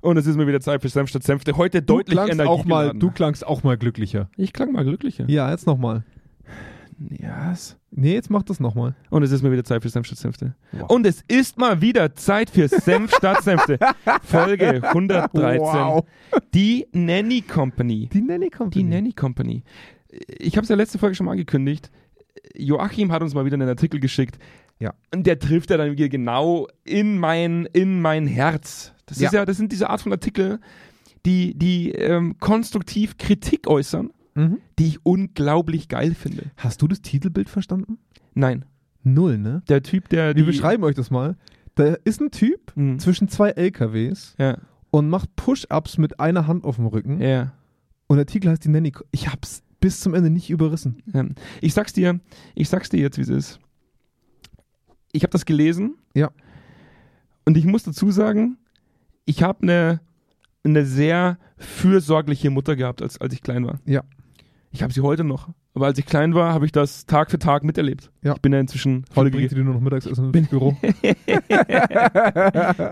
Und es ist mal wieder Zeit für Senf statt Senfte. Heute deutlich klangst auch mal, energiegeladener. Du klangst auch mal glücklicher. ich klang mal glücklicher. Ja, jetzt nochmal. Yes. Nee, jetzt mach das nochmal. Und es ist mal wieder Zeit für Senf statt Senfte. Wow. Und es ist mal wieder Zeit für Senf statt Senfte. Folge 113. Wow. Die Nanny Company. Die Nanny kommt. Die Nanny Company. Ich habe es ja letzte Folge schon mal angekündigt. Joachim hat uns mal wieder einen Artikel geschickt. Ja. Und der trifft ja dann wieder genau in mein, in mein Herz. Das Ja. ist ja, das sind diese Art von Artikel, die, die ähm, konstruktiv Kritik äußern, Mhm. die ich unglaublich geil finde. Hast du das Titelbild verstanden? Nein. Null, ne? Der Typ, der. Wir die- beschreiben euch das mal. Da ist ein Typ Mhm. zwischen zwei LKWs Ja, und macht Push-Ups mit einer Hand auf dem Rücken. ja. Und der Titel heißt die Nanny. Co- Ich hab's bis zum Ende nicht überrissen. Ähm, Ich sag's dir, ich sag's dir jetzt, wie es ist. Ich habe das gelesen. Ja. Und ich muss dazu sagen, ich habe eine eine sehr fürsorgliche Mutter gehabt, als, als ich klein war. Ja. Ich habe sie heute noch. Aber als ich klein war, habe ich das Tag für Tag miterlebt. Ja. Ich bin ja inzwischen Heute flügge, bringt sie dir nur noch Mittagessen ins Büro.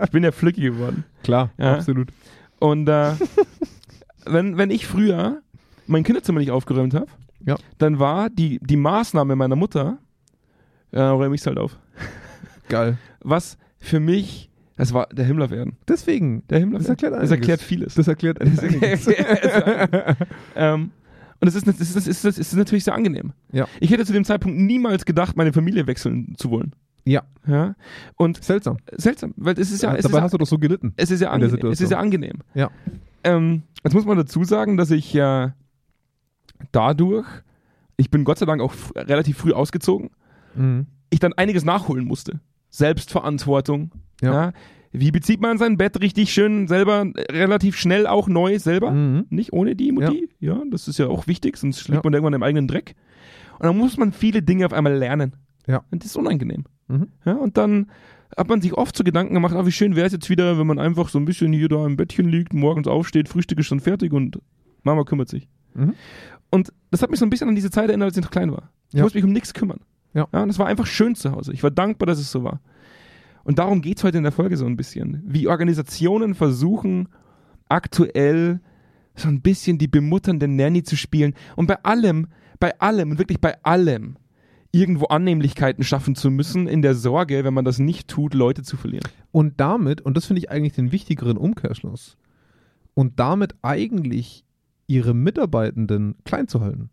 ich bin ja flügge geworden. Klar, Ja. absolut. Und äh, wenn, wenn ich früher mein Kinderzimmer nicht aufgeräumt habe, Ja. dann war die, die Maßnahme meiner Mutter, äh, räume ich es halt auf. Geil. was für mich, das war der Himmel auf Erden. Deswegen. Der Himmel auf Das Erden. erklärt das erklärt einiges. vieles. Das erklärt einiges. ähm, und es ist, das, ist, das, ist, das ist natürlich sehr angenehm. Ja. Ich hätte zu dem Zeitpunkt niemals gedacht, meine Familie wechseln zu wollen. Ja. ja? Und Seltsam. seltsam, weil es ist ja, es ist Dabei ja, hast du doch so gelitten. es ist ja in der angenehm. Es ist ja angenehm. Ja. Ähm, jetzt muss man dazu sagen, dass ich äh, dadurch, ich bin Gott sei Dank auch f- relativ früh ausgezogen, Mhm. ich dann einiges nachholen musste. Selbstverantwortung. Ja. Ja. Wie bezieht man sein Bett richtig schön selber, äh, relativ schnell auch neu selber? Mhm. Nicht ohne die Mutti. Ja. das ist ja auch wichtig, sonst schlägt Ja. man irgendwann im eigenen Dreck. Und dann muss man viele Dinge auf einmal lernen. Ja. Und das ist unangenehm. Mhm. Ja, und dann hat man sich oft so Gedanken gemacht, ah, wie schön wäre es jetzt wieder, wenn man einfach so ein bisschen hier da im Bettchen liegt, morgens aufsteht, Frühstück ist schon fertig und Mama kümmert sich. Mhm. Und das hat mich so ein bisschen an diese Zeit erinnert, als ich noch klein war. Ich Ja. musste mich um nichts kümmern. Ja. und es war einfach schön zu Hause. Ich war dankbar, dass es so war. Und darum geht es heute in der Folge so ein bisschen. Wie Organisationen versuchen, aktuell so ein bisschen die bemutternde Nanny zu spielen und bei allem, bei allem und wirklich bei allem irgendwo Annehmlichkeiten schaffen zu müssen, in der Sorge, wenn man das nicht tut, Leute zu verlieren. Und damit, und das finde ich eigentlich den wichtigeren Umkehrschluss, und damit eigentlich ihre Mitarbeitenden klein zu halten.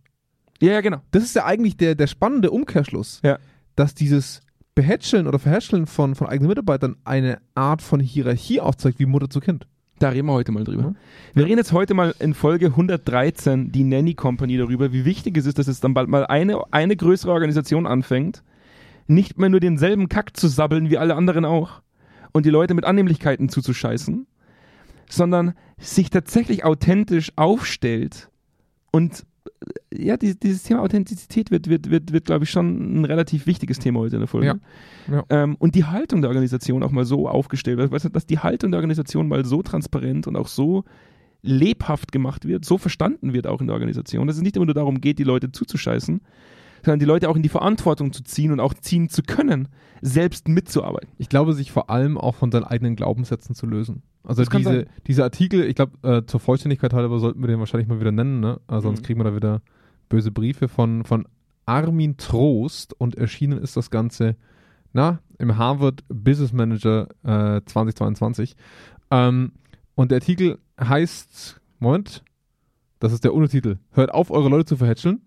Ja, ja, genau. Das ist ja eigentlich der, der spannende Umkehrschluss, Ja. dass dieses Behätscheln oder Verhätscheln von, von eigenen Mitarbeitern eine Art von Hierarchie aufzeigt, wie Mutter zu Kind. Da reden wir heute mal drüber. Mhm. Wir reden jetzt heute mal in Folge 113, die Nanny Company, darüber, wie wichtig es ist, dass es dann bald mal eine, eine größere Organisation anfängt, nicht mehr nur denselben Kack zu sabbeln wie alle anderen auch und die Leute mit Annehmlichkeiten zuzuscheißen, sondern sich tatsächlich authentisch aufstellt und äh, ja, die, dieses Thema Authentizität wird, wird, wird, wird glaube ich, schon ein relativ wichtiges Thema heute in der Folge. Ja. Ja. Ähm, und die Haltung der Organisation auch mal so aufgestellt wird, weißt du, dass die Haltung der Organisation mal so transparent und auch so lebhaft gemacht wird, so verstanden wird auch in der Organisation, dass es nicht immer nur darum geht, die Leute zuzuscheißen, sondern die Leute auch in die Verantwortung zu ziehen und auch ziehen zu können, selbst mitzuarbeiten. Ich glaube, sich vor allem auch von seinen eigenen Glaubenssätzen zu lösen. Also Das kann diese, sein. diese Artikel, ich glaube, äh, zur Vollständigkeit halber sollten wir den wahrscheinlich mal wieder nennen, ne? Also sonst Mhm. kriegen wir da wieder böse Briefe von, von Armin Trost und erschienen ist das Ganze, na, im Harvard Business Manager äh, 2022. Ähm, und der Artikel heißt, Moment, das ist der Untertitel. Hört auf, eure Leute zu verhätscheln.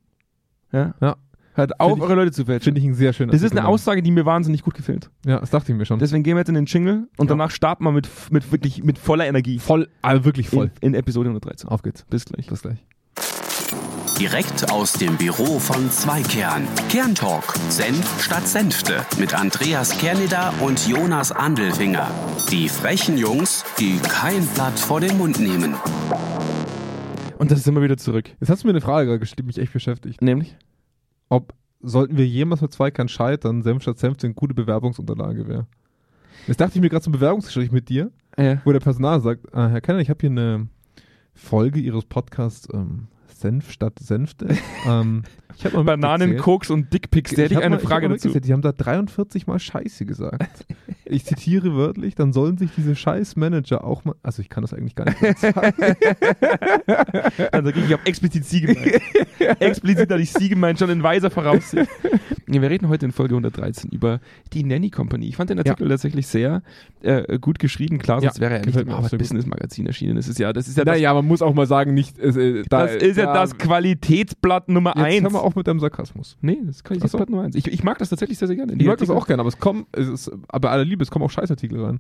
Ja? Ja. Hört auf, ich- eure Leute zu fälschen. Finde ich genau. einen sehr schönen Das ist eine Artikel. Aussage, die mir wahnsinnig gut gefällt. Ja, das dachte ich mir schon. Deswegen gehen wir jetzt in den Jingle und Ja. danach starten wir mit, f- mit wirklich mit voller Energie. voll, ah, wirklich voll. In, in Episode 113. Auf geht's. Bis gleich. Bis gleich. Direkt aus dem Büro von Zweikern. Kerntalk. Senf statt Senfte. Mit Andreas Kerneder und Jonas Andelfinger. Die frechen Jungs, die kein Blatt vor den Mund nehmen. Und das sind wir wieder zurück. Jetzt hast du mir eine Frage gerade gestellt, die mich echt beschäftigt. Nämlich? Ob sollten wir jemals mit Zweikern scheitern, Senf statt Senf eine gute Bewerbungsunterlage wäre? Jetzt dachte ich mir gerade zum Bewerbungsgespräch mit dir, Ja. wo der Personal sagt, ah, Herr Kenner, ich habe hier eine Folge Ihres ne Podcasts ähm, Senf statt Senfte. ähm, ich hab mal Bananen, mitgezählt. Koks und Dickpics. Da Ich hätte ich hab eine mal- ich hab Frage mal dazu. mitgezählt, Die haben da 43 Mal Scheiße gesagt. Ich zitiere wörtlich, dann sollen sich diese Scheiß-Manager auch mal. Also, ich kann das eigentlich gar nicht mehr sagen. Dann sag ich, ich habe explizit sie gemeint. explizit hatte ich sie gemeint, schon in weiser Voraussicht. Ja, Wir reden heute in Folge 113 über die Nanny Company. Ich fand den Artikel tatsächlich sehr äh, gut geschrieben. Klar, sonst Ja, wäre er nicht gefällt im mir auch Harvard sehr gut. Business Magazin erschienen. Das ist ja, das ist ja, naja, man muss auch mal sagen, nicht. Äh, da, das, das ist ja, das Qualitätsblatt Nummer Jetzt hören 1. wir auf mit deinem Sarkasmus. Nee, das ist Qualitätsblatt Ach so. Nummer 1. Ich, ich mag das tatsächlich sehr, sehr gerne. Ich mag das Artikel- auch gerne, aber es kommen, es ist, aber aller Liebe, es kommen auch Scheißartikel rein.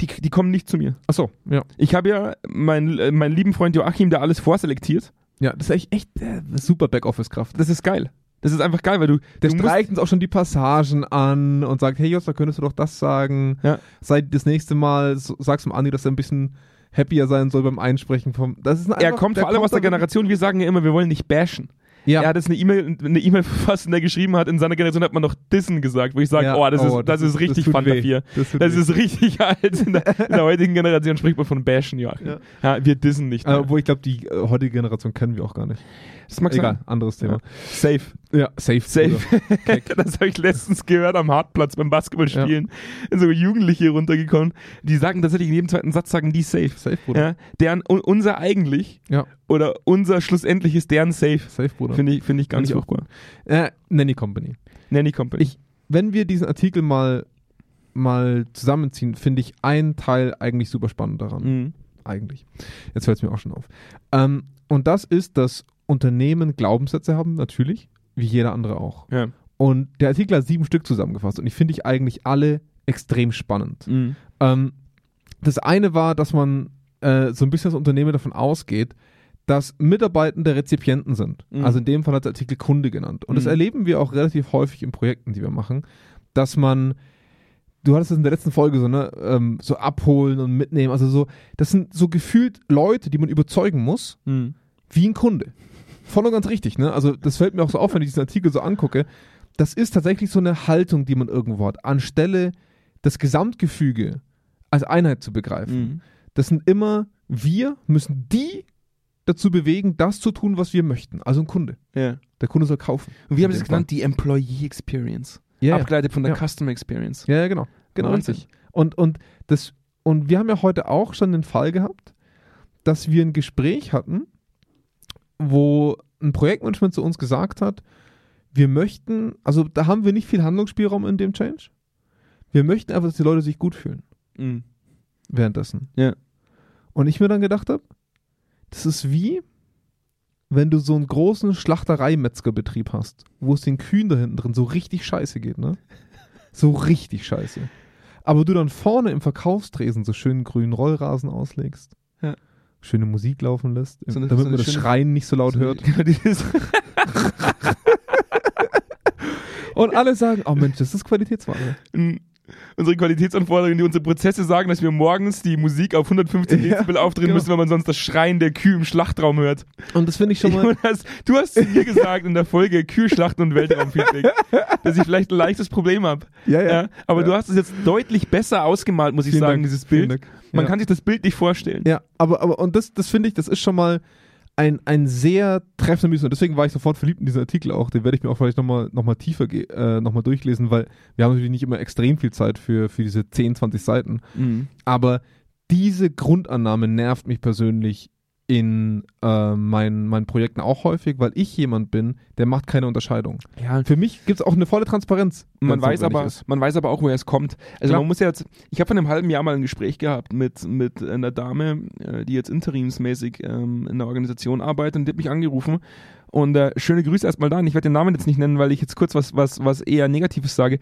Die, die kommen nicht zu mir. Achso, ja. Ich habe ja meinen äh, meinen lieben Freund Joachim, der alles vorselektiert. Ja, das ist echt, echt äh, super Backoffice-Kraft. Das ist geil. Das ist einfach geil, weil du. Der du musst- streikt uns auch schon die Passagen an und sagt, hey Jos, da könntest du doch das sagen. Ja. Sei das nächste Mal, so- sagst dem Andi, dass er ein bisschen happier sein soll beim Einsprechen vom. Das ist Er kommt vor allem aus der Generation, wir sagen ja immer, wir wollen nicht bashen. Ja, Er hat jetzt eine E-Mail eine E-Mail verfasst, in der geschrieben hat, in seiner Generation hat man noch Dissen gesagt, wo ich sage, Ja, oh, das, oh, ist, das, ist richtig tut Fanta weh. 4. Das, tut Das weh. ist richtig alt. In der, in der heutigen Generation spricht man von bashen, Joachim. Ja. Ja. wir dissen nicht. Äh, Mehr. obwohl ich glaube, die äh, heutige Generation kennen wir auch gar nicht. das mag Egal, anderes Ja. Thema. sein. Safe. Ja, safe. Safe. Bruder. das habe ich letztens gehört am Hartplatz beim Basketballspielen. Sind so Jugendliche runtergekommen. Die sagen tatsächlich in jedem zweiten Satz, sagen die safe. Safe, Bruder. Ja, deren, un- unser eigentlich Ja. oder unser schlussendlich ist deren safe. Safe, Bruder. Finde ich, finde ich ganz Finde ich auch gut. Äh, Nanny Company. Nanny Company. Ich- Wenn wir diesen Artikel mal, mal zusammenziehen, finde ich einen Teil eigentlich super spannend daran. Mhm. eigentlich. Jetzt hört es mir auch schon auf. Ähm, und das ist, dass Unternehmen Glaubenssätze haben, natürlich, wie jeder andere auch. Ja. Und der Artikel hat sieben Stück zusammengefasst und ich finde ich eigentlich alle extrem spannend. Mhm. Ähm, das eine war, dass man äh, so ein bisschen als Unternehmen davon ausgeht, dass Mitarbeitende Rezipienten sind. Mhm. Also in dem Fall hat der Artikel Kunde genannt. Und das Mhm. erleben wir auch relativ häufig in Projekten, die wir machen, dass man, du hattest das in der letzten Folge so, ne, ähm, so abholen und mitnehmen. Also so, das sind so gefühlt Leute, die man überzeugen muss, Mhm. wie ein Kunde. Voll und ganz richtig, ne? Also das fällt mir auch so auf, wenn ich diesen Artikel so angucke. Das ist tatsächlich so eine Haltung, die man irgendwo hat, anstelle das Gesamtgefüge als Einheit zu begreifen. Mhm. Das sind immer wir müssen die dazu bewegen, das zu tun, was wir möchten. Also ein Kunde. Ja. Der Kunde soll kaufen. Und wir haben In es dem Fall. genannt, die Employee Experience. Ja, ja. Abgeleitet von der Ja. Customer Experience. ja, ja genau. Genau Wahnsinn. richtig. Und, und, das, und wir haben ja heute auch schon den Fall gehabt, dass wir ein Gespräch hatten, wo ein Projektmanagement zu uns gesagt hat, wir möchten, also da haben wir nicht viel Handlungsspielraum in dem Change. Wir möchten einfach, dass die Leute sich gut fühlen Mm. Mhm. währenddessen. Ja. Und ich mir dann gedacht habe, das ist wie, wenn du so einen großen Schlachtereimetzgerbetrieb hast, wo es den Kühen da hinten drin so richtig scheiße geht, ne? So richtig scheiße. Aber du dann vorne im Verkaufstresen so schönen grünen Rollrasen auslegst, Ja, schöne Musik laufen lässt, So eine- damit so man eine das schöne- Schreien nicht so laut hört. Genau dieses- Und alle sagen, oh Mensch, das ist Qualitätsware. Mhm. Unsere Qualitätsanforderungen, die unsere Prozesse sagen, dass wir morgens die Musik auf 115 Ja, Dezibel aufdrehen genau. müssen, weil man sonst das Schreien der Kühe im Schlachtraum hört. Und das finde ich schon mal, Jonas, du hast zu mir gesagt in der Folge Kühlschlachten und Weltraumfeedback, dass ich vielleicht ein leichtes Problem habe. Ja, ja. aber Ja. du hast es jetzt deutlich besser ausgemalt, muss ich Vielen sagen, Dank, dieses vielen Bild. Dank. Man Ja. kann sich das Bild nicht vorstellen. Ja, aber, aber und das, das finde ich, das ist schon mal ein, ein sehr treffender Mythos. Und deswegen war ich sofort verliebt in diesen Artikel auch. Den werde ich mir auch vielleicht nochmal noch mal tiefer ge- äh, noch mal durchlesen, weil wir haben natürlich nicht immer extrem viel Zeit für, für diese 10, 20 Seiten. Mhm. Aber diese Grundannahme nervt mich persönlich in äh, meinen, meinen Projekten auch häufig, weil ich jemand bin, der macht keine Unterscheidung. ja Für mich gibt es auch eine volle Transparenz. man wenn's weiß notwendig aber, ist. man weiß aber auch, woher es kommt. Also Klar. man muss ja jetzt, ich habe vor einem halben Jahr mal ein Gespräch gehabt mit, mit einer Dame, äh, die jetzt interimsmäßig ähm, in der Organisation arbeitet und die hat mich angerufen. Und äh, schöne Grüße erstmal da. Und ich werde den Namen jetzt nicht nennen, weil ich jetzt kurz was, was, was eher Negatives sage.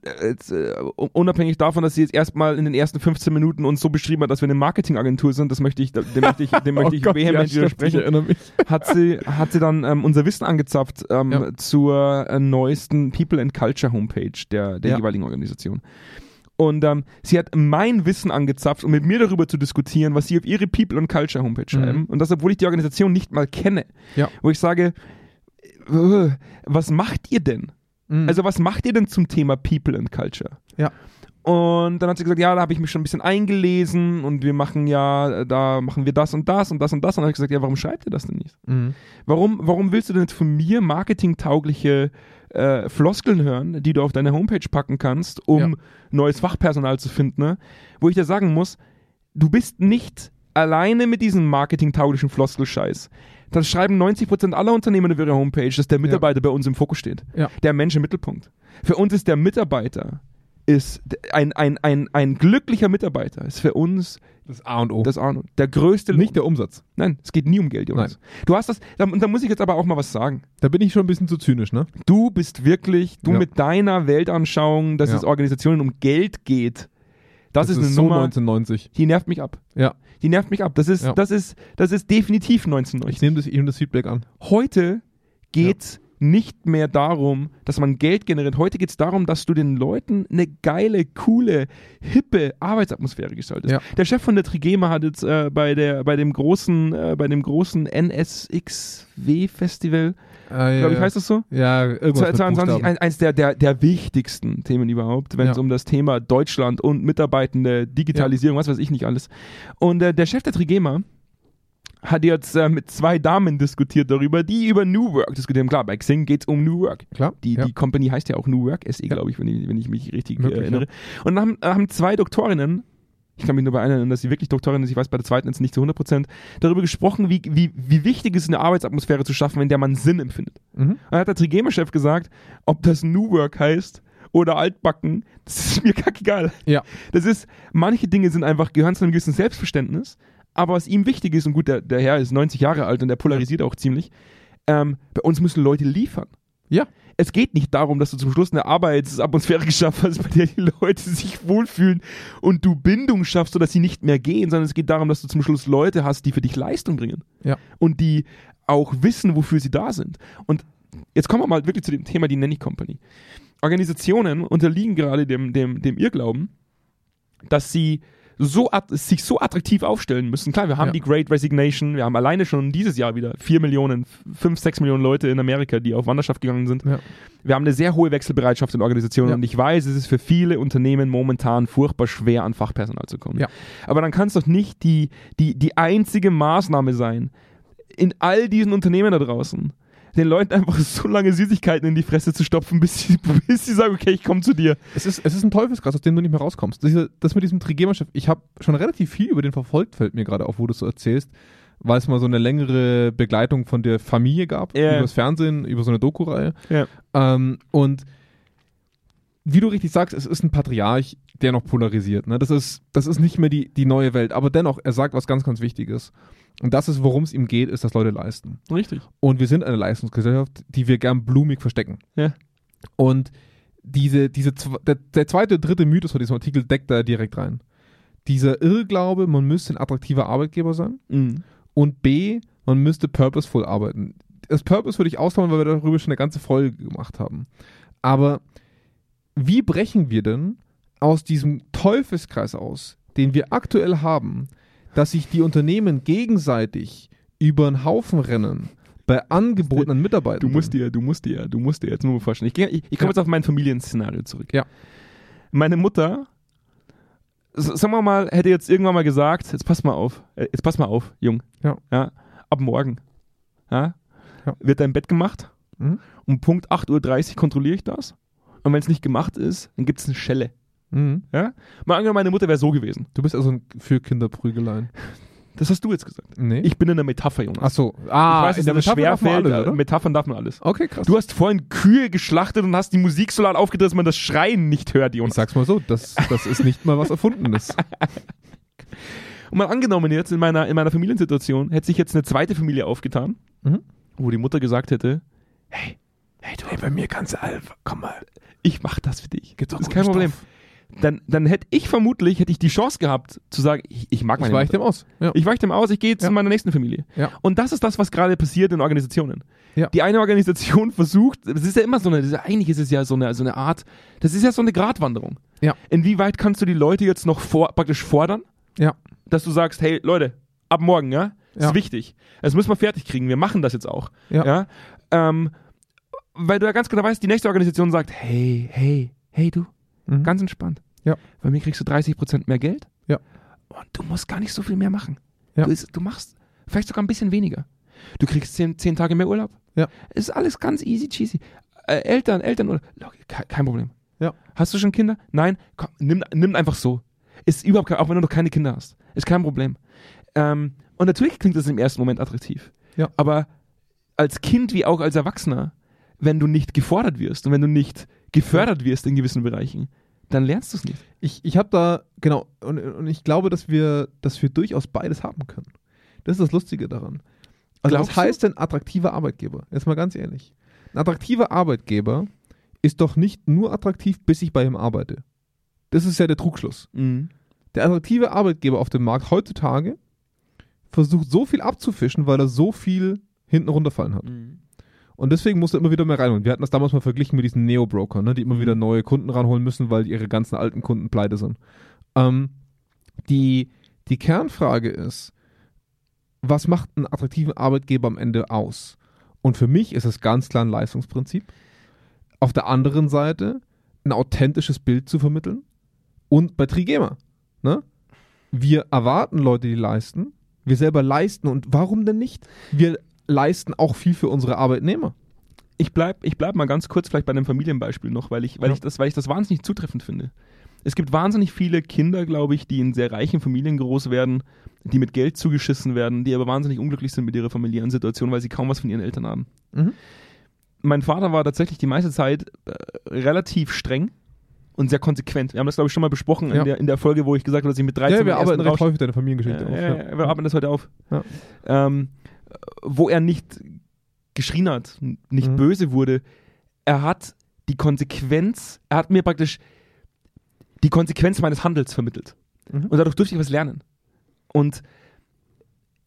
Äh, Jetzt, äh, un- unabhängig davon, dass sie jetzt erstmal in den ersten 15 Minuten uns so beschrieben hat, dass wir eine Marketingagentur sind, das möchte ich, dem möchte ich, dem möchte oh ich Gott, ja, vehement stimmt, ich widersprechen erinnere mich. hat sie, hat sie dann ähm, unser Wissen angezapft ähm, Ja. zur äh, neuesten People and Culture Homepage der, der Ja. jeweiligen Organisation. Und ähm, sie hat mein Wissen angezapft, um mit mir darüber zu diskutieren, was sie auf ihre People and Culture Homepage Mhm. schreiben. Und das, obwohl ich die Organisation nicht mal kenne. Ja. Wo ich sage, äh, was macht ihr denn? Mhm. Also was macht ihr denn zum Thema People and Culture? Ja. Und dann hat sie gesagt, ja, da habe ich mich schon ein bisschen eingelesen und wir machen ja, äh, da machen wir das und das und das und das. Und dann habe ich gesagt, ja, warum schreibt ihr das denn nicht? Mhm. Warum, warum willst du denn jetzt von mir marketingtaugliche äh, Floskeln hören, die du auf deine Homepage packen kannst, um Ja. neues Fachpersonal zu finden, ne? wo ich dir sagen muss, du bist nicht alleine mit diesem marketingtauglichen Floskelscheiß. Das schreiben 90% aller Unternehmen über ihre Homepage, dass der Mitarbeiter bei uns im Fokus steht. Ja. Der Mensch im Mittelpunkt. Für uns ist der Mitarbeiter, ist d- ein, ein, ein, ein glücklicher Mitarbeiter, ist für uns Das A und O. das Ahnung, der größte Lohn. Oh. nicht der Umsatz. Nein, es geht nie um Geld, Jonas. Du hast das, da, und da muss ich jetzt aber auch mal was sagen. Da bin ich schon ein bisschen zu zynisch, ne? Du bist wirklich, du Ja. mit deiner Weltanschauung, dass Ja. es Organisationen um Geld geht. Das, ist eine so Nummer, 1990. die nervt mich ab. Ja. Die nervt mich ab. Das ist, Ja. das ist, das ist definitiv Ich 1990. nehme das, ich nehm das Feedback an. Heute geht's nicht mehr darum, dass man Geld generiert. Heute geht's darum, dass du den Leuten eine geile, coole, hippe Arbeitsatmosphäre gestaltest. Ja. Der Chef von der Trigema hat jetzt äh, bei, der, bei dem großen, äh, bei dem großen NSXW-Festival, Äh, glaube ich, heißt das so? Ja, irgendwas mit 22, Buchstaben. ein, eins der, der, der wichtigsten Themen überhaupt, wenn es Ja. um das Thema Deutschland und Mitarbeitende, Digitalisierung, was weiß ich nicht alles. Und äh, der Chef der Trigema hat jetzt äh, mit zwei Damen diskutiert darüber, die über New Work diskutieren. Klar, bei Xing geht es um New Work. Klar. Die, ja. die Company heißt ja auch New Work SE, glaube ich wenn, ich, wenn ich mich richtig äh, Möglich, erinnere. Und dann haben, äh, haben zwei Doktorinnen, ich kann mich nur bei einer erinnern, dass sie wirklich Doktorin ist, ich weiß bei der zweiten jetzt nicht zu 100 Prozent, darüber gesprochen, wie, wie, wie wichtig es ist, eine Arbeitsatmosphäre zu schaffen, in der man Sinn empfindet. Mhm. Und dann hat der Trigema-Chef gesagt, ob das New Work heißt oder Altbacken, das ist mir kackegal. Ja. Das ist, manche Dinge sind einfach, gehören zu einem gewissen Selbstverständnis, aber was ihm wichtig ist, und gut, der, der Herr ist 90 Jahre alt und der polarisiert auch ziemlich, ähm, bei uns müssen Leute liefern. Ja. Es geht nicht darum, dass du zum Schluss eine Arbeitsatmosphäre geschaffen hast, bei der die Leute sich wohlfühlen und du Bindung schaffst, sodass sie nicht mehr gehen, sondern es geht darum, dass du zum Schluss Leute hast, die für dich Leistung bringen Ja. und die auch wissen, wofür sie da sind. Und jetzt kommen wir mal wirklich zu dem Thema die Nanny Company. Organisationen unterliegen gerade dem, dem, dem Irrglauben, dass sie so att- sich so attraktiv aufstellen müssen. Klar, wir haben Ja. die Great Resignation, wir haben alleine schon dieses Jahr wieder 4 Millionen, 5, 6 Millionen Leute in Amerika, die auf Wanderschaft gegangen sind. Ja. Wir haben eine sehr hohe Wechselbereitschaft in Organisationen Ja. und ich weiß, es ist für viele Unternehmen momentan furchtbar schwer, an Fachpersonal zu kommen. Ja. Aber dann kann es doch nicht die, die, die einzige Maßnahme sein, in all diesen Unternehmen da draußen, den Leuten einfach so lange Süßigkeiten in die Fresse zu stopfen, bis sie, bis sie sagen, okay, ich komme zu dir. Es ist, es ist ein Teufelskreis, aus dem du nicht mehr rauskommst. Diese, das mit diesem Trigema-Chef, ich habe schon relativ viel über den verfolgt, fällt mir gerade auf, wo du es so erzählst, weil es mal so eine längere Begleitung von der Familie gab, Ja. übers Fernsehen, über so eine Doku-Reihe. Ja. Ähm, und wie du richtig sagst, es ist ein Patriarch, der noch polarisiert. Ne? Das, ist, das ist nicht mehr die, die neue Welt, aber dennoch, er sagt was ganz, ganz Wichtiges. Und das ist, worum es ihm geht, ist, dass Leute leisten. Richtig. Und wir sind eine Leistungsgesellschaft, die wir gern blumig verstecken. Ja. Und diese, diese, zw- der, der zweite, dritte Mythos von diesem Artikel deckt da direkt rein. Dieser Irrglaube, man müsste ein attraktiver Arbeitgeber sein. Mhm. Und B, man müsste purposeful arbeiten. Das Purpose würde ich ausklammern, weil wir darüber schon eine ganze Folge gemacht haben. Aber wie brechen wir denn aus diesem Teufelskreis aus, den wir aktuell haben, dass sich die Unternehmen gegenseitig über den Haufen rennen bei Angeboten an Mitarbeitern? Du musst dir, du musst dir, du musst dir jetzt nur mal vorstellen. Ich, geh- ich, ich komme Ja. jetzt auf mein Familienszenario zurück. Ja. Meine Mutter, s- sagen wir mal, hätte jetzt irgendwann mal gesagt, jetzt pass mal auf, äh, jetzt pass mal auf, Jung. Ja. ab morgen ja, Ja. wird dein Bett gemacht. Mhm. Um Punkt 8.30 Uhr kontrolliere ich das. Und wenn es nicht gemacht ist, dann gibt es eine Schelle. Mhm. Mal angenommen, meine Mutter wäre so gewesen. Du bist also ein- für Kinderprügeleien. Das hast du jetzt gesagt. Nee. Ich bin in der Metapher, Jonas. Ach so. Ah, ich weiß, dass in der es Metapher darf man schwerfällt. alles, äh, oder? Metaphern darf man alles. Okay, krass. Du hast vorhin Kühe geschlachtet und hast die Musik so laut aufgedreht, dass man das Schreien nicht hört, ich Jonas. sag's mal so, das, das ist nicht mal was Erfundenes. Und mal angenommen, jetzt in meiner, in meiner Familiensituation hätte sich jetzt eine zweite Familie aufgetan, Mhm. wo die Mutter gesagt hätte, hey, hey, du, hey, bei mir kannst du einfach, komm mal, ich mach das für dich. Gibt's auch das ist guten kein Problem. Stoff. Dann, dann hätte ich vermutlich, hätte ich die Chance gehabt, zu sagen, ich, ich mag Das meine weicht Mutter. dem aus. Ja. Ich weiche dem aus, ich gehe Ja. zu meiner nächsten Familie. Ja. Und das ist das, was gerade passiert in Organisationen. Ja. Die eine Organisation versucht, es ist ja immer so eine, das ist- eigentlich ist es ja so eine, so eine Art, das ist ja so eine Gratwanderung. Ja. Inwieweit kannst du die Leute jetzt noch vor, praktisch fordern, Ja. dass du sagst, hey Leute, ab morgen, ja, das Ja. ist wichtig. Das müssen wir fertig kriegen, wir machen das jetzt auch. Ja. Ähm, weil du ja ganz genau weißt, die nächste Organisation sagt, hey, hey, hey du, Mhm. ganz entspannt. Ja. Bei mir kriegst du 30% mehr Geld. Ja. Und du musst gar nicht so viel mehr machen. Ja. Du, ist, du machst vielleicht sogar ein bisschen weniger. Du kriegst 10, zehn Tage mehr Urlaub. Ja. Ist alles ganz easy cheesy. Äh, Eltern, Eltern, oder, kein Problem. Ja. Hast du schon Kinder? Nein, komm, nimm, nimm einfach so. Ist überhaupt kein, auch wenn du noch keine Kinder hast. Ist kein Problem. Ähm, und natürlich klingt das im ersten Moment attraktiv. Ja. Aber als Kind wie auch als Erwachsener, wenn du nicht gefordert wirst und wenn du nicht gefördert wirst in gewissen Bereichen, dann lernst du es nicht. Ich, ich habe da, genau, und, und ich glaube, dass wir, dass wir durchaus beides haben können. Das ist das Lustige daran. Also, Glaubst was du? heißt denn attraktiver Arbeitgeber? Jetzt mal ganz ehrlich. Ein attraktiver Arbeitgeber ist doch nicht nur attraktiv, bis ich bei ihm arbeite. Das ist ja der Trugschluss. Der attraktive Arbeitgeber auf dem Markt heutzutage versucht so viel abzufischen, weil er so viel hinten runterfallen hat. Und deswegen muss er immer wieder mehr reinholen. Wir hatten das damals mal verglichen mit diesen Neo-Brokern, ne, die immer wieder neue Kunden ranholen müssen, weil ihre ganzen alten Kunden pleite sind. Ähm, die, die Kernfrage ist, was macht einen attraktiven Arbeitgeber am Ende aus? Und für mich ist es ganz klar ein Leistungsprinzip. Auf der anderen Seite ein authentisches Bild zu vermitteln. Und bei Trigema, ne? Wir erwarten Leute, die leisten. Wir selber leisten. Und warum denn nicht? Wir leisten auch viel für unsere Arbeitnehmer. Ich bleib, ich bleib mal ganz kurz vielleicht bei einem Familienbeispiel noch, weil ich, weil Ja. ich das, weil ich das wahnsinnig zutreffend finde. Es gibt wahnsinnig viele Kinder, glaube ich, die in sehr reichen Familien groß werden, die mit Geld zugeschissen werden, die aber wahnsinnig unglücklich sind mit ihrer familiären Situation, weil sie kaum was von ihren Eltern haben. Mhm. mein Vater war tatsächlich die meiste Zeit äh, relativ streng und sehr konsequent. Wir haben das, glaube ich, schon mal besprochen Ja. in, der, in der Folge, wo ich gesagt habe, dass ich mit 13 Ja, wir meinen ersten arbeiten recht Rausch- häufig deine Familiengeschichte auf. ja, Ja. ja, ja, wir arbeiten das heute auf. Ja. Ähm, wo er nicht geschrien hat, n- nicht Mhm. böse wurde. Er hat die Konsequenz, er hat mir praktisch die Konsequenz meines Handels vermittelt. Mhm. Und dadurch durfte ich was lernen. Und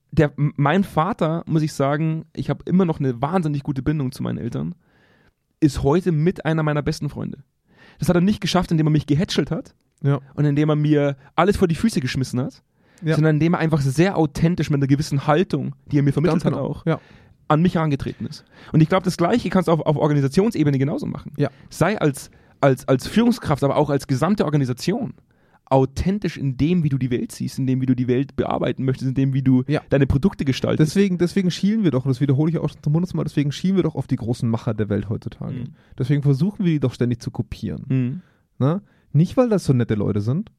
der, m- mein Vater, muss ich sagen, ich habe immer noch eine wahnsinnig gute Bindung zu meinen Eltern, ist heute mit einer meiner besten Freunde. Das hat er nicht geschafft, indem er mich gehätschelt hat Ja. und indem er mir alles vor die Füße geschmissen hat, Ja. sondern indem er einfach sehr authentisch mit einer gewissen Haltung, die er mir vermittelt Ganz hat, genau. auch Ja. an mich herangetreten ist. Und ich glaube, das Gleiche kannst du auf, auf Organisationsebene genauso machen. Ja. Sei als, als, als Führungskraft, aber auch als gesamte Organisation authentisch in dem, wie du die Welt siehst, in dem, wie du die Welt bearbeiten möchtest, in dem, wie du Ja. deine Produkte gestaltest. Deswegen, deswegen schielen wir doch, und das wiederhole ich auch schon zum hundertsten Mal, deswegen schielen wir doch auf die großen Macher der Welt heutzutage. Mhm. Deswegen versuchen wir die doch ständig zu kopieren. Mhm. Ne? Nicht, weil das so nette Leute sind.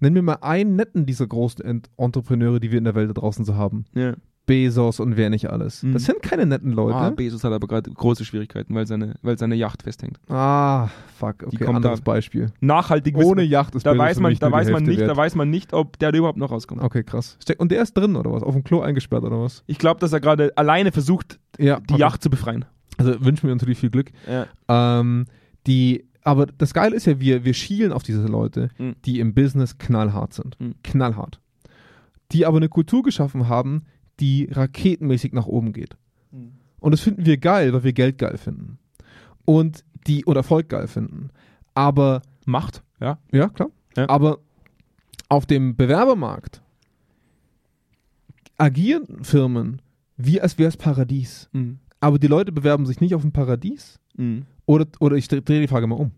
Nenn mir mal einen netten dieser großen Ent Entrepreneure, die wir in der Welt da draußen so haben. Ja. Bezos und wer nicht alles. Mhm. Das sind keine netten Ah, Leute. Bezos hat aber gerade große Schwierigkeiten, weil seine, weil seine Yacht festhängt. Ah, fuck. Okay, kommt anderes da- Beispiel. Nachhaltig Ohne wissen- Yacht ist da Bezos weiß für man, mich da nur die weiß man Hälfte nicht, wert. da weiß man nicht, ob der da überhaupt noch rauskommt. Okay, krass. Steck- Und der ist drin oder was? Auf dem Klo eingesperrt oder was? Ich glaube, dass er gerade alleine versucht, Ja, die Yacht zu befreien. Also wünschen wir uns natürlich viel Glück. Ähm, die, aber das Geile ist ja, wir, wir schielen auf diese Leute, Mhm. die im Business knallhart sind. Mhm. Knallhart. Die aber eine Kultur geschaffen haben, die raketenmäßig nach oben geht. Mhm. Und das finden wir geil, weil wir Geld geil finden. Und die und Erfolg geil finden. Aber Macht, ja. ja, klar. Ja. Aber auf dem Bewerbermarkt agieren Firmen wie als wäre es Paradies. Mhm. Aber die Leute bewerben sich nicht auf ein Paradies. Mhm. Oder, oder ich drehe die Frage mal um.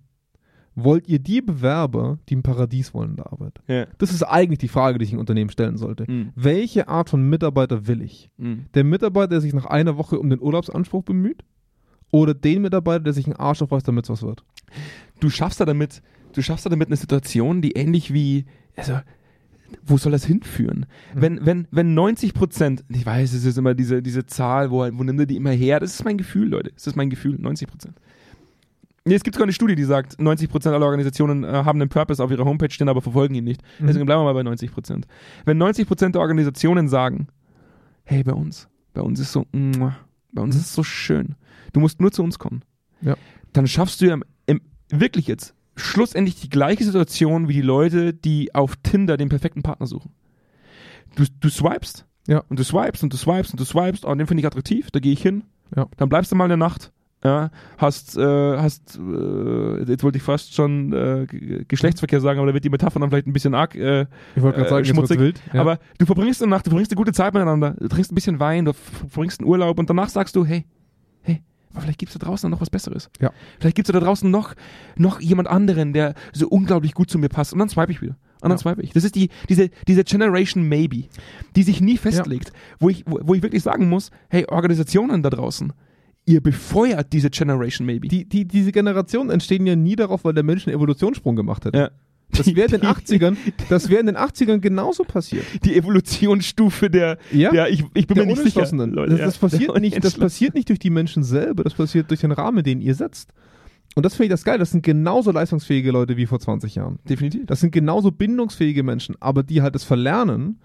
Wollt ihr die Bewerber, die ein Paradies wollen in der Arbeit? Ja. Das ist eigentlich die Frage, die ich ein Unternehmen stellen sollte. Mhm. Welche Art von Mitarbeiter will ich? Mhm. Der Mitarbeiter, der sich nach einer Woche um den Urlaubsanspruch bemüht? Oder den Mitarbeiter, der sich einen Arsch aufreißt, damit es was wird? Du schaffst da damit, du schaffst da damit eine Situation, die ähnlich wie, also, wo soll das hinführen? Mhm. Wenn, wenn, wenn 90 Prozent, ich weiß, es ist immer diese, diese Zahl, wo, wo nimmt ihr die immer her? Das ist mein Gefühl, Leute. Das ist mein Gefühl, 90 Prozent. Nee, es gibt sogar eine Studie, die sagt, 90 Prozent aller Organisationen äh, haben einen Purpose auf ihrer Homepage stehen, aber verfolgen ihn nicht. Mhm. Deswegen bleiben wir mal bei 90 Prozent. Wenn 90 Prozent der Organisationen sagen, hey, bei uns, bei uns ist so, mua, bei uns ist so schön. Du musst nur zu uns kommen. Mhm. Ja. Dann schaffst du ja im, im, wirklich jetzt schlussendlich die gleiche Situation wie die Leute, die auf Tinder den perfekten Partner suchen. Du, du swipest Ja. und du swipest und du swipest und du swipest, oh, den finde ich attraktiv, da gehe ich hin. Ja. Dann bleibst du mal eine Nacht. Ja, hast, äh, hast, äh, jetzt wollte ich fast schon äh, G- Geschlechtsverkehr sagen, aber da wird die Metapher dann vielleicht ein bisschen arg äh, Ich wollte gerade Äh, sagen, jetzt wird's schmutzig, wild. Ja. aber du verbringst eine Nacht, du verbringst eine gute Zeit miteinander, du trinkst ein bisschen Wein, du f- verbringst einen Urlaub und danach sagst du, hey, hey, aber vielleicht gibt es da draußen noch was Besseres. Ja. Vielleicht gibt es da draußen noch, noch jemand anderen, der so unglaublich gut zu mir passt. Und dann swipe ich wieder. Und dann Ja. swipe ich. Das ist die, diese, diese Generation Maybe, die sich nie festlegt, wo, ich, wo, wo ich wirklich sagen muss, hey, Organisationen da draußen, ihr befeuert diese Generation Maybe. Die, die, diese Generationen entstehen ja nie darauf, weil der Mensch einen Evolutionssprung gemacht hat. ja. Das wäre in den 80ern, das wäre in den 80ern genauso passiert. die Evolutionsstufe der, Ja. der ich, ich bin Der mir nicht sicher. Unentschlossenen. Leute, das, ja. das, passiert Der nicht, das Unentschlossenen. passiert nicht durch die Menschen selber, das passiert durch den Rahmen, den ihr setzt. Und das finde ich das geil. Das sind genauso leistungsfähige Leute wie vor 20 Jahren. Definitiv. Das sind genauso bindungsfähige Menschen, aber die halt das verlernen.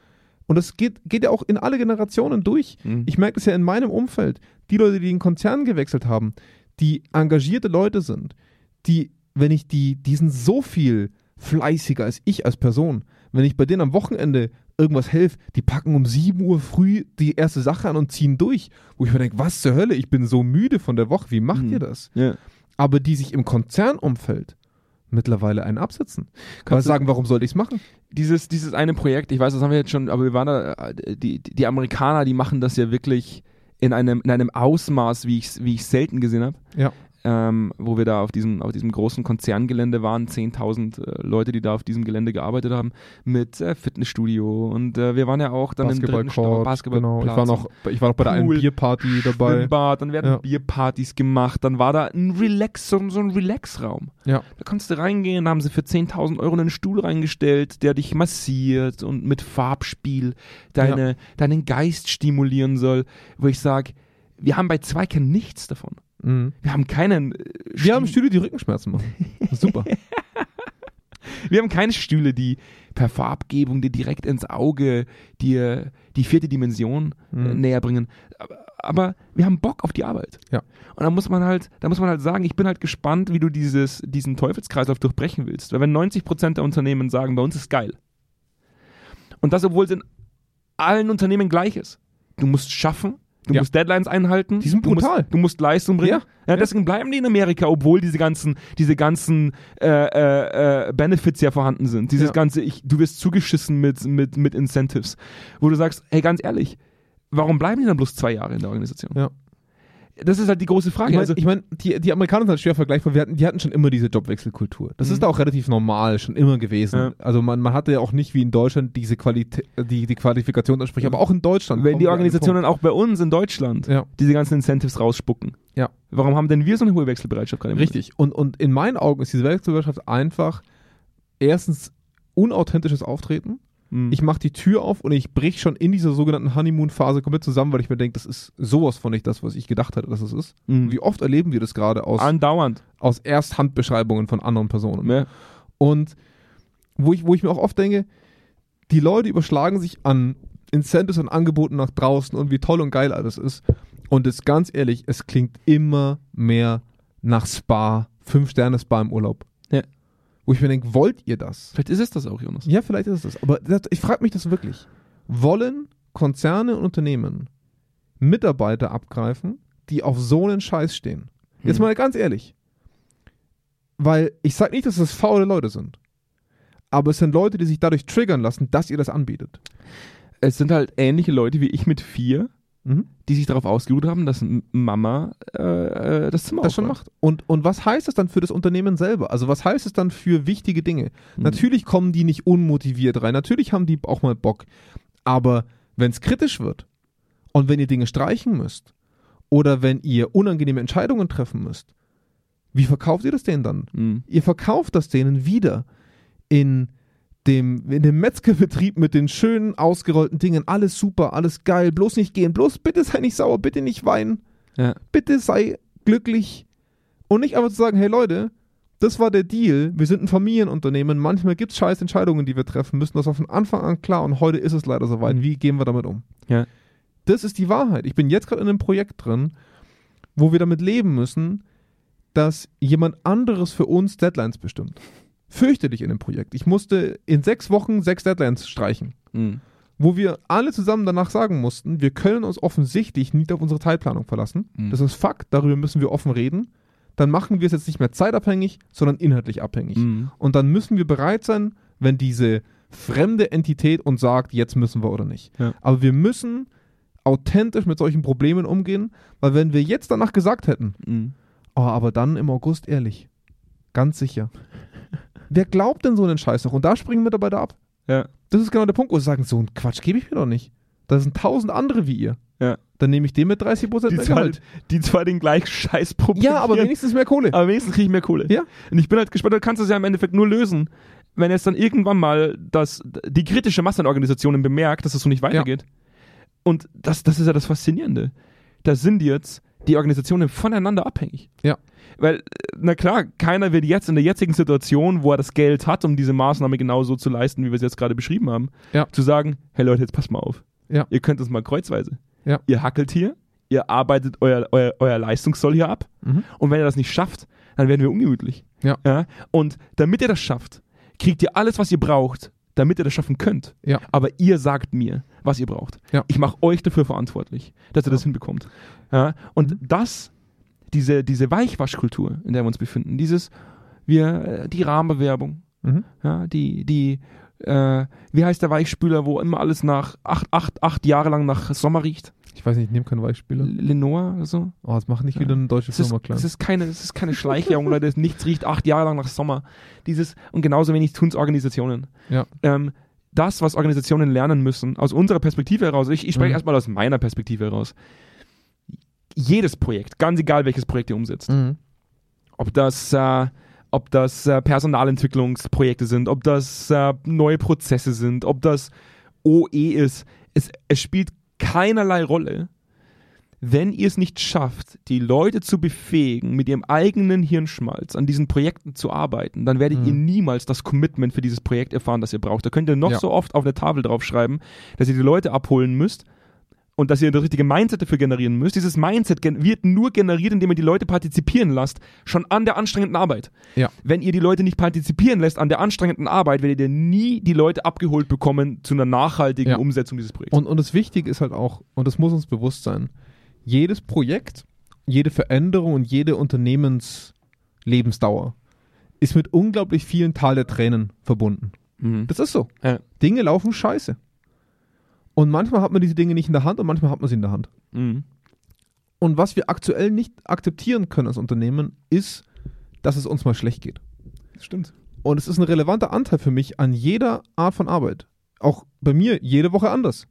Und das geht, geht ja auch in alle Generationen durch. Mhm. Ich merke das ja in meinem Umfeld. Die Leute, die den Konzern gewechselt haben, die engagierte Leute sind, die, wenn ich die, die sind so viel fleißiger als ich als Person. Wenn ich bei denen am Wochenende irgendwas helfe, die packen um 7 Uhr früh die erste Sache an und ziehen durch. Wo ich mir denke, was zur Hölle, ich bin so müde von der Woche, wie macht Mhm. ihr das? Ja. aber die sich im Konzernumfeld mittlerweile einen absetzen. Kann man Kannst du- sagen, warum sollte ich es machen? Dieses, dieses eine Projekt, ich weiß, das haben wir jetzt schon, aber wir waren da, äh, die, die- die Amerikaner, die machen das ja wirklich in einem, in einem Ausmaß, wie ich es wie ich's selten gesehen habe. Ja. Ähm, wo wir da auf diesem, auf diesem großen Konzerngelände waren, 10.000 äh, Leute, die da auf diesem Gelände gearbeitet haben, mit äh, Fitnessstudio und äh, wir waren ja auch dann im dritten Stock, genau. Ich war, noch, ich war noch bei der einen Pool, Bierparty dabei. Schwimmbad, dann werden Ja. Bierpartys gemacht, dann war da ein Relax, so, so ein Relaxraum. Ja. Da konntest du reingehen, da haben sie für 10.000 Euro einen Stuhl reingestellt, der dich massiert und mit Farbspiel deine, deinen Geist stimulieren soll, wo ich sage, wir haben bei Zweikern nichts davon. Mhm. Wir haben keinen äh, Wir haben Stuhl- Stühle, die Rückenschmerzen machen. Super. wir haben keine Stühle, die per Farbgebung dir direkt ins Auge dir die vierte Dimension äh, Mhm. näher bringen. Aber, aber wir haben Bock auf die Arbeit. Ja. Und da muss man halt, da muss man halt sagen, ich bin halt gespannt, wie du dieses, diesen Teufelskreislauf durchbrechen willst. Weil wenn 90% der Unternehmen sagen, bei uns ist geil. Und das, obwohl es in allen Unternehmen gleich ist. Du musst schaffen, du Ja. musst Deadlines einhalten. Die sind Du brutal. musst, du musst Leistung bringen. Ja. Ja, deswegen bleiben die in Amerika, obwohl diese ganzen, diese ganzen äh, äh, äh, Benefits ja vorhanden sind. Dieses Ja. ganze, ich, du wirst zugeschissen mit, mit, mit Incentives. Wo du sagst, hey, ganz ehrlich, warum bleiben die dann bloß zwei Jahre in der Organisation? Ja. Das ist halt die große Frage. Ich meine, also, ich mein, die, die Amerikaner sind halt schwer vergleichbar. Wir hatten, die hatten schon immer diese Jobwechselkultur. Das Mhm. ist da auch relativ normal, schon immer gewesen. Ja. Also man, man hatte ja auch nicht wie in Deutschland diese Qualität, die, die Qualifikationsansprüche, aber auch in Deutschland. wenn kommen die wir an den Organisationen auch bei uns in Deutschland Punkt. ja. diese ganzen Incentives rausspucken, Ja. warum haben denn wir so eine hohe Wechselbereitschaft gerade? im Richtig. Und, und in meinen Augen ist diese Weltgesellschaft einfach erstens unauthentisches Auftreten. Moment? Mhm. Ich mache die Tür auf und ich brich schon in dieser sogenannten Honeymoon-Phase komplett zusammen, weil ich mir denke, das ist sowas von nicht das, was ich gedacht hatte, dass es ist. Mhm. Wie oft erleben wir das gerade aus, Andauernd. aus Ersthandbeschreibungen von anderen Personen? Ja. Und wo ich, wo ich mir auch oft denke, die Leute überschlagen sich an Incentives und Angeboten nach draußen und wie toll und geil alles ist. Und es ganz ehrlich, es klingt immer mehr nach Spa, Fünf-Sterne-Spa im Urlaub. Ja. Wo ich mir denke, wollt ihr das? Vielleicht ist es das auch, Jonas. Ja, vielleicht ist es das. Aber das, ich frage mich das wirklich. Wollen Konzerne und Unternehmen Mitarbeiter abgreifen, die auf so einen Scheiß stehen? Jetzt Hm. mal ganz ehrlich. Weil ich sage nicht, dass das faule Leute sind. Aber es sind Leute, die sich dadurch triggern lassen, dass ihr das anbietet. Es sind halt ähnliche Leute wie ich mit vier, Mhm. die sich darauf ausgeruht haben, dass M- Mama äh, äh, das Zimmer Das schon aufräumt. macht. Und, und was heißt das dann für das Unternehmen selber? Also was heißt es dann für wichtige Dinge? Mhm. Natürlich kommen die nicht unmotiviert rein. Natürlich haben die auch mal Bock. Aber wenn es kritisch wird und wenn ihr Dinge streichen müsst oder wenn ihr unangenehme Entscheidungen treffen müsst, wie verkauft ihr das denen dann? Mhm. Ihr verkauft das denen wieder in dem, in dem Metzgerbetrieb mit den schönen ausgerollten Dingen. Alles super, alles geil. Bloß nicht gehen. Bloß bitte sei nicht sauer. Bitte nicht weinen. Ja. Bitte sei glücklich. Und nicht einfach zu sagen, hey Leute, das war der Deal. Wir sind ein Familienunternehmen. Manchmal gibt es scheiß Entscheidungen, die wir treffen müssen. Das war von Anfang an klar. Und heute ist es leider soweit. Wie gehen wir damit um? Mhm. Ja. Das ist die Wahrheit. Ich bin jetzt gerade in einem Projekt drin, wo wir damit leben müssen, dass jemand anderes für uns Deadlines bestimmt. Fürchterlich in dem Projekt. Ich musste in sechs Wochen sechs Deadlines streichen, Mhm. wo wir alle zusammen danach sagen mussten, wir können uns offensichtlich nicht auf unsere Teilplanung verlassen. Mhm. Das ist Fakt, darüber müssen wir offen reden. Dann machen wir es jetzt nicht mehr zeitabhängig, sondern inhaltlich abhängig. Mhm. Und dann müssen wir bereit sein, wenn diese fremde Entität uns sagt, jetzt müssen wir oder nicht. Ja. Aber wir müssen authentisch mit solchen Problemen umgehen, weil wenn wir jetzt danach gesagt hätten, Mhm. oh, aber dann im August ehrlich, ganz sicher. Wer glaubt denn so einen Scheiß noch? Und da springen Mitarbeiter ab. Ja. Das ist genau der Punkt, wo sie sagen, so einen Quatsch gebe ich mir doch nicht. Da sind tausend andere wie ihr. Ja. Dann nehme ich den mit 30 Prozent Mhm. Die halt- mehr zwar, Gehalt. die zwar den gleichen Scheiß Ja, aber probieren, wenigstens mehr Kohle. Aber wenigstens kriege ich mehr Kohle. Ja. Und ich bin halt gespannt, du kannst es ja im Endeffekt nur lösen, wenn es dann irgendwann mal das, die kritische Masse an Organisationen bemerkt, dass es so nicht weitergeht. Und das, das ist ja das Faszinierende. Da sind jetzt die Organisationen voneinander abhängig. Ja. Weil, äh, na klar, keiner wird jetzt in der jetzigen Situation, wo er das Geld hat, um diese Maßnahme genauso zu leisten, wie wir es jetzt gerade beschrieben haben, Ja. zu sagen, hey Leute, jetzt passt mal auf. Ja. Ihr könnt das mal kreuzweise. Ja. Ihr hackelt hier, ihr arbeitet euer, euer, euer Leistungssoll hier ab Mhm. und wenn ihr das nicht schafft, dann werden wir ungemütlich. Ja. Und damit ihr das schafft, kriegt ihr alles, was ihr braucht, damit ihr das schaffen könnt. Ja. Aber ihr sagt mir, was ihr braucht. Ja. Ich mache euch dafür verantwortlich, dass ihr das hinbekommt. Ja? Und Mhm. das, diese, diese Weichwaschkultur, in der wir uns befinden, dieses, wir, äh, die Rahmenbewerbung, Mhm. ja, die, die, äh, wie heißt der Weichspüler, wo immer alles nach acht, acht, acht Jahre lang nach Sommer riecht? Ich weiß nicht, ich nehme keinen Weichspieler. Lenoir oder so? Oh, das macht nicht Ja. wieder eine deutsche Es ist, Firma klein. es ist keine, es ist keine Schleichjagd, Leute. Es- Nichts riecht acht Jahre lang nach Sommer. Dieses, und genauso wenig tun es Organisationen. Ja. Ähm, das, was Organisationen lernen müssen, aus unserer Perspektive heraus, ich, ich spreche Mhm. erstmal aus meiner Perspektive heraus. Jedes Projekt, ganz egal welches Projekt ihr umsetzt, mhm. ob das, äh, ob das äh, Personalentwicklungsprojekte sind, ob das äh, neue Prozesse sind, ob das OE ist. Es, es spielt keinerlei Rolle, wenn ihr es nicht schafft, die Leute zu befähigen, mit ihrem eigenen Hirnschmalz an diesen Projekten zu arbeiten, dann werdet Mhm. ihr niemals das Commitment für dieses Projekt erfahren, das ihr braucht. Da könnt ihr noch Ja. so oft auf der Tafel draufschreiben, dass ihr die Leute abholen müsst und dass ihr das richtige Mindset dafür generieren müsst. Dieses Mindset gen- wird nur generiert, indem ihr die Leute partizipieren lasst, schon an der anstrengenden Arbeit. Ja. Wenn ihr die Leute nicht partizipieren lässt an der anstrengenden Arbeit, werdet ihr nie die Leute abgeholt bekommen zu einer nachhaltigen Ja. Umsetzung dieses Projekts. Und, und das Wichtige ist halt auch, und das muss uns bewusst sein, jedes Projekt, jede Veränderung und jede Unternehmenslebensdauer ist mit unglaublich vielen Tal der Tränen verbunden. Mhm. Das ist so. Ja. Dinge laufen scheiße. Und manchmal hat man diese Dinge nicht in der Hand und manchmal hat man sie in der Hand. Mhm. Und was wir aktuell nicht akzeptieren können als Unternehmen, ist, dass es uns mal schlecht geht. Stimmt. Und es ist ein relevanter Anteil für mich an jeder Art von Arbeit. Auch bei mir jede Woche anders.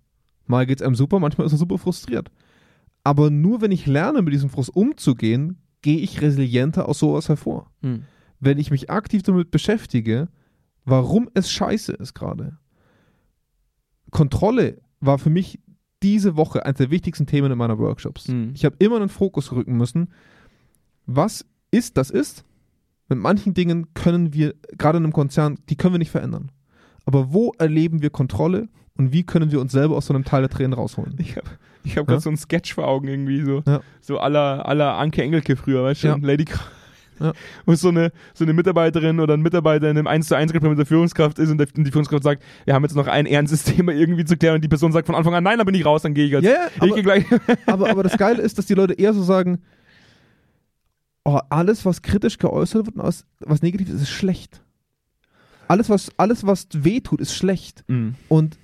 Mal geht's einem super, manchmal ist man super frustriert. Aber nur wenn ich lerne, mit diesem Frust umzugehen, gehe ich resilienter aus sowas hervor. Mhm. Wenn ich mich aktiv damit beschäftige, warum es scheiße ist gerade. Kontrolle war für mich diese Woche eines der wichtigsten Themen in meiner Workshops. Mhm. Ich habe immer einen Fokus rücken müssen. Was ist, das ist. Mit manchen Dingen können wir, gerade in einem Konzern, die können wir nicht verändern. Aber wo erleben wir Kontrolle und wie können wir uns selber aus so einem Teil der Tränen rausholen? Ich habe ich hab gerade Ja. so einen Sketch vor Augen irgendwie, so, Ja. so aller, aller Anke Engelke früher, weißt du, Ja. Lady Kra- Ja. Und so eine, so eine Mitarbeiterin oder ein Mitarbeiter in einem 1 zu 1 Gespräch mit der Führungskraft ist und, der, und die Führungskraft sagt, wir haben jetzt noch ein ernstes Thema irgendwie zu klären und die Person sagt von Anfang an, nein, da bin ich raus, dann gehe ich jetzt. Ja, ja, ich gehe gleich. aber, aber das Geile ist, dass die Leute eher so sagen, oh, alles, was kritisch geäußert wird und aus- was negativ ist, ist schlecht. Alles, was, alles, was weh tut, ist schlecht. Mhm. Und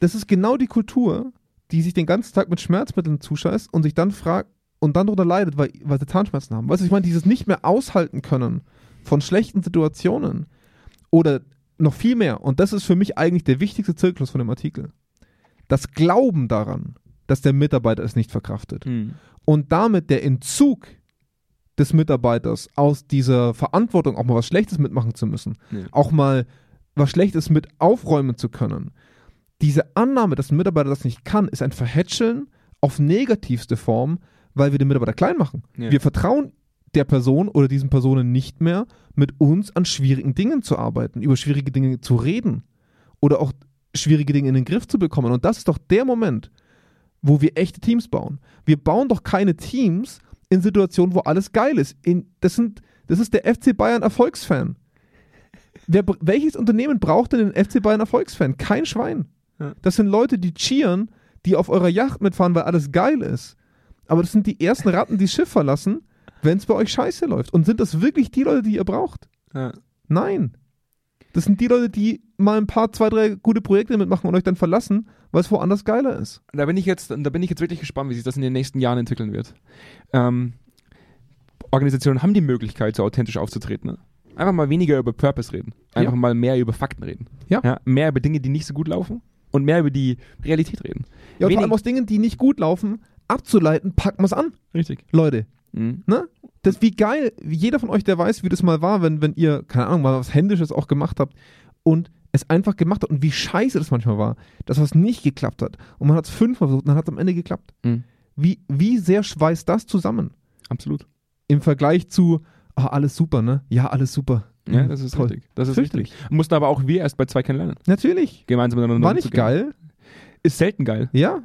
das ist genau die Kultur, die sich den ganzen Tag mit Schmerzmitteln zuscheißt und sich dann fragt und dann darunter leidet, weil, weil sie Zahnschmerzen haben. Weißt du, ich meine, dieses nicht mehr aushalten können von schlechten Situationen oder noch viel mehr, und das ist für mich eigentlich der wichtigste Zirkelschluss von dem Artikel, das Glauben daran, dass der Mitarbeiter es nicht verkraftet Mhm. und damit der Entzug des Mitarbeiters aus dieser Verantwortung, auch mal was Schlechtes mitmachen zu müssen, Ja. auch mal was Schlechtes mit aufräumen zu können. Diese Annahme, dass ein Mitarbeiter das nicht kann, ist ein Verhätscheln auf negativste Form, weil wir den Mitarbeiter klein machen. Ja. Wir vertrauen der Person oder diesen Personen nicht mehr, mit uns an schwierigen Dingen zu arbeiten, über schwierige Dinge zu reden oder auch schwierige Dinge in den Griff zu bekommen. Und das ist doch der Moment, wo wir echte Teams bauen. Wir bauen doch keine Teams in Situationen, wo alles geil ist. In, das, sind, das ist der FC Bayern Erfolgsfan. Wer, br- welches Unternehmen braucht denn den FC Bayern Erfolgsfan? Kein Schwein. Ja. Das sind Leute, die cheeren, die auf eurer Yacht mitfahren, weil alles geil ist. Aber das sind die ersten Ratten, die das Schiff verlassen, wenn es bei euch scheiße läuft. Und sind das wirklich die Leute, die ihr braucht? Ja. Nein. Das sind die Leute, die mal ein paar, zwei, drei gute Projekte mitmachen und euch dann verlassen, weil es woanders geiler ist. Da bin ich jetzt, da bin ich jetzt wirklich gespannt, wie sich das in den nächsten Jahren entwickeln wird. Ähm, Organisationen haben die Möglichkeit, so authentisch aufzutreten. Ne? Einfach mal weniger über Purpose reden. Einfach Ja. mal mehr über Fakten reden. Ja. Mehr über Dinge, die nicht so gut laufen und mehr über die Realität reden. Ja, und Wenig- vor allem aus Dingen, die nicht gut laufen, abzuleiten, packen wir es an, Richtig. Leute. Mhm. Ne? Das wie geil, wie jeder von euch, der weiß, wie das mal war, wenn, wenn ihr, keine Ahnung, mal was Händisches auch gemacht habt und es einfach gemacht habt und wie scheiße das manchmal war, dass was nicht geklappt hat. Und man hat es fünfmal versucht und dann hat es am Ende geklappt. Mhm. Wie, wie sehr schweißt das zusammen? Absolut. Im Vergleich zu, ah, alles super, ne? Ja, alles super. Ja, Mhm, das ist toll. richtig. Das ist richtig. Fürchterlich. Mussten aber auch wir erst bei zwei kennenlernen. Natürlich. Gemeinsam miteinander War nicht umzugehen. geil, Ist selten geil. ja,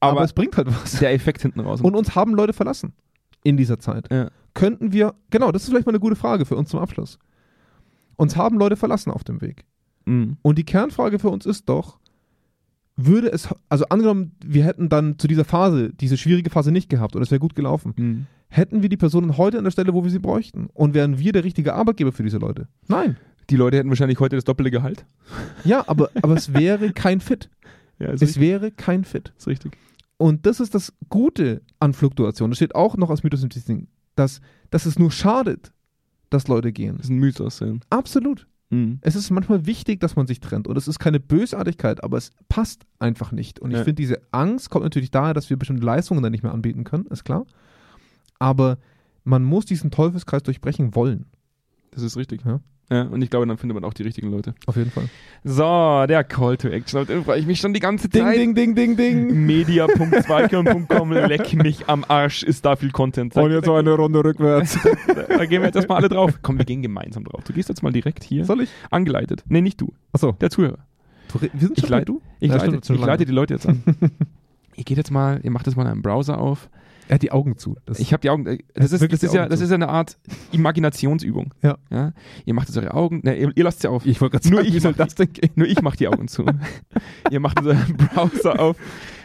aber, Aber, es bringt halt was. der Effekt hinten raus. Und uns haben Leute verlassen in dieser Zeit. Hm. Ja. Könnten wir, genau, das ist vielleicht mal eine gute Frage für uns zum Abschluss. Uns haben Leute verlassen auf dem Weg. Mhm. Und die Kernfrage für uns ist doch, würde es, also angenommen, wir hätten dann zu dieser Phase, diese schwierige Phase nicht gehabt und es wäre gut gelaufen, Mhm. hätten wir die Personen heute an der Stelle, wo wir sie bräuchten? Und wären wir der richtige Arbeitgeber für diese Leute? Nein. Die Leute hätten wahrscheinlich heute das doppelte Gehalt. Ja, aber, aber es wäre kein Fit. Ja, ist, Es wäre kein Fit. ist richtig. Und das ist das Gute an Fluktuation. Das steht auch noch als Mythos im Ding, dass, dass es nur schadet, dass Leute gehen. Das ist ein Mythos. Ja. Absolut. Mhm. Es ist manchmal wichtig, dass man sich trennt. Und es ist keine Bösartigkeit, aber es passt einfach nicht. Und ich Ja. finde, diese Angst kommt natürlich daher, dass wir bestimmte Leistungen dann nicht mehr anbieten können, ist klar. Aber man muss diesen Teufelskreis durchbrechen wollen. Das ist richtig. ne? Ja. Ja, und ich glaube, dann findet man auch die richtigen Leute. Auf jeden Fall. So, der Call to Action. Auf den freue ich mich schon die ganze Zeit. ding, ding, ding. Media.zweikern.com, leck mich am Arsch, ist da viel Content. Sag- jetzt eine Runde rückwärts. Da gehen wir jetzt erstmal alle drauf. Komm, wir gehen gemeinsam drauf. Du gehst jetzt mal direkt hier. Soll ich? Angeleitet. Nee, nicht du, Achso. der Zuhörer. Wir sind schon Ich leite- bei du. Ich, Ja, leite, stimmt, schon ich lange. leite die Leute jetzt an. ihr geht jetzt mal, ihr macht jetzt mal einen Browser auf. Er hat die Augen zu. Das Ich habe die Augen. äh, Das ist, wirklich das die ist, ja, Augen das zu. ist ja eine Art Imaginationsübung. Ja. Ihr macht jetzt eure Augen. Ne, ihr, ihr lasst sie auf. Ich wollte gerade Nur sagen, ich wie soll mach- das denn gehen? Nur ich mache die Augen zu. Ihr macht unseren Browser auf,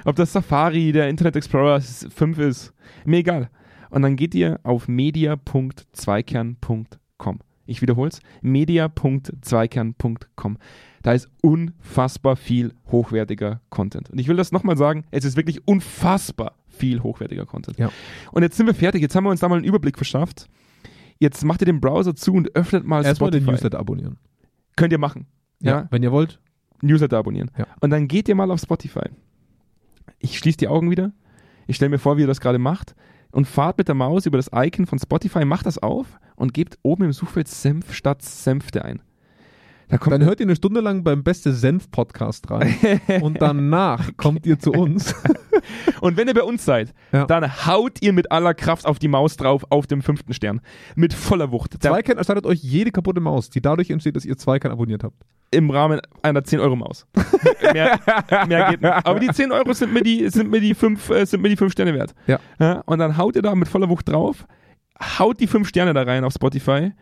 ob das Safari, der Internet Explorer 5 ist. Mir egal. Und dann geht ihr auf media.zweikern.com. Ich wiederhole es: media.zweikern.com. Da ist unfassbar viel hochwertiger Content. Und ich will das nochmal sagen: Es ist wirklich unfassbar viel hochwertiger Content. Ja. Und jetzt sind wir fertig. Jetzt haben wir uns da mal einen Überblick verschafft. Jetzt macht ihr den Browser zu und öffnet mal Erstmal den Spotify. Newsletter abonnieren. Könnt ihr machen. ja. Wenn ihr wollt. Newsletter abonnieren. Ja. Und dann geht ihr mal auf Spotify. Ich schließe die Augen wieder. Ich stelle mir vor, wie ihr das gerade macht. Und fahrt mit der Maus über das Icon von Spotify, macht das auf und gebt oben im Suchfeld Senf statt Senfte ein. Da kommt Dann hört ihr eine Stunde lang beim Beste Senf Podcast rein. Und danach kommt ihr zu uns. und wenn ihr bei uns seid, Ja. dann haut ihr mit aller Kraft auf die Maus drauf auf dem fünften Stern. Mit voller Wucht. Da, Zweikern erstattet euch jede kaputte Maus, die dadurch entsteht, dass ihr Zweikern abonniert habt. Im Rahmen einer 10-Euro-Maus. mehr, mehr geht nicht. Aber die 10 Euro sind mir die, sind mir die, fünf, äh, sind mir die fünf Sterne wert. Ja. Ja, und dann haut ihr da mit voller Wucht drauf, haut die fünf Sterne da rein auf Spotify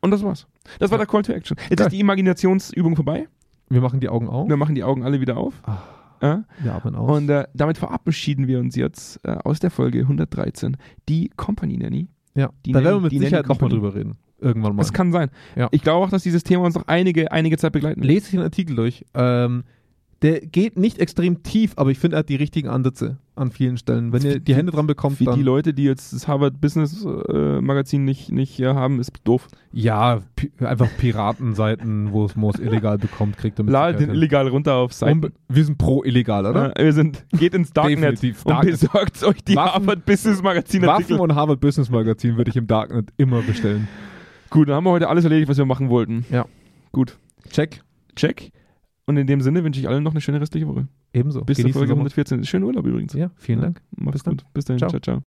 und das war's. Das war der Call to Action. Jetzt Geil. ist die Imaginationsübung vorbei. Wir machen die Augen auf. Wir machen die Augen alle wieder auf. Ah. Ja, Wir atmen aus. und äh, damit verabschieden wir uns jetzt äh, aus der Folge 113. Die Company Nanny. ja. die da werden nennen- wir mit die nennen Sicherheit die nochmal Company. drüber reden. Irgendwann mal. Das kann sein. Ja. Ich glaube auch, dass dieses Thema uns noch einige, einige Zeit begleiten wird. Lest euch den Artikel durch. Ähm, der geht nicht extrem tief, aber ich finde, er hat die richtigen Ansätze an vielen Stellen. Wenn ihr die Hände dran bekommt, Wie die dann. Leute, die jetzt das Harvard Business äh, Magazin nicht, nicht äh, haben, ist doof. Ja, pi einfach Piratenseiten, wo es Moos illegal bekommt, kriegt er mit Lad Sicherheit den hin. illegal runter auf Seiten. Und Wir sind pro illegal, oder? Äh, wir sind, geht ins Darknet Definitiv. und Darknet. besorgt euch die Waffen- Harvard Business Magazin Waffen Artikel. und Harvard Business Magazin würde ich im Darknet immer bestellen. Gut, dann haben wir heute alles erledigt, was wir machen wollten. Ja. Gut. Check. Check. Und in dem Sinne wünsche ich allen noch eine schöne restliche Woche. Ebenso. Bis zur Genießt den Folge Sommer. 114. Schönen Urlaub übrigens. Ja, vielen Dank. Macht's Bis dann. gut. Bis dahin. Ciao. ciao. ciao.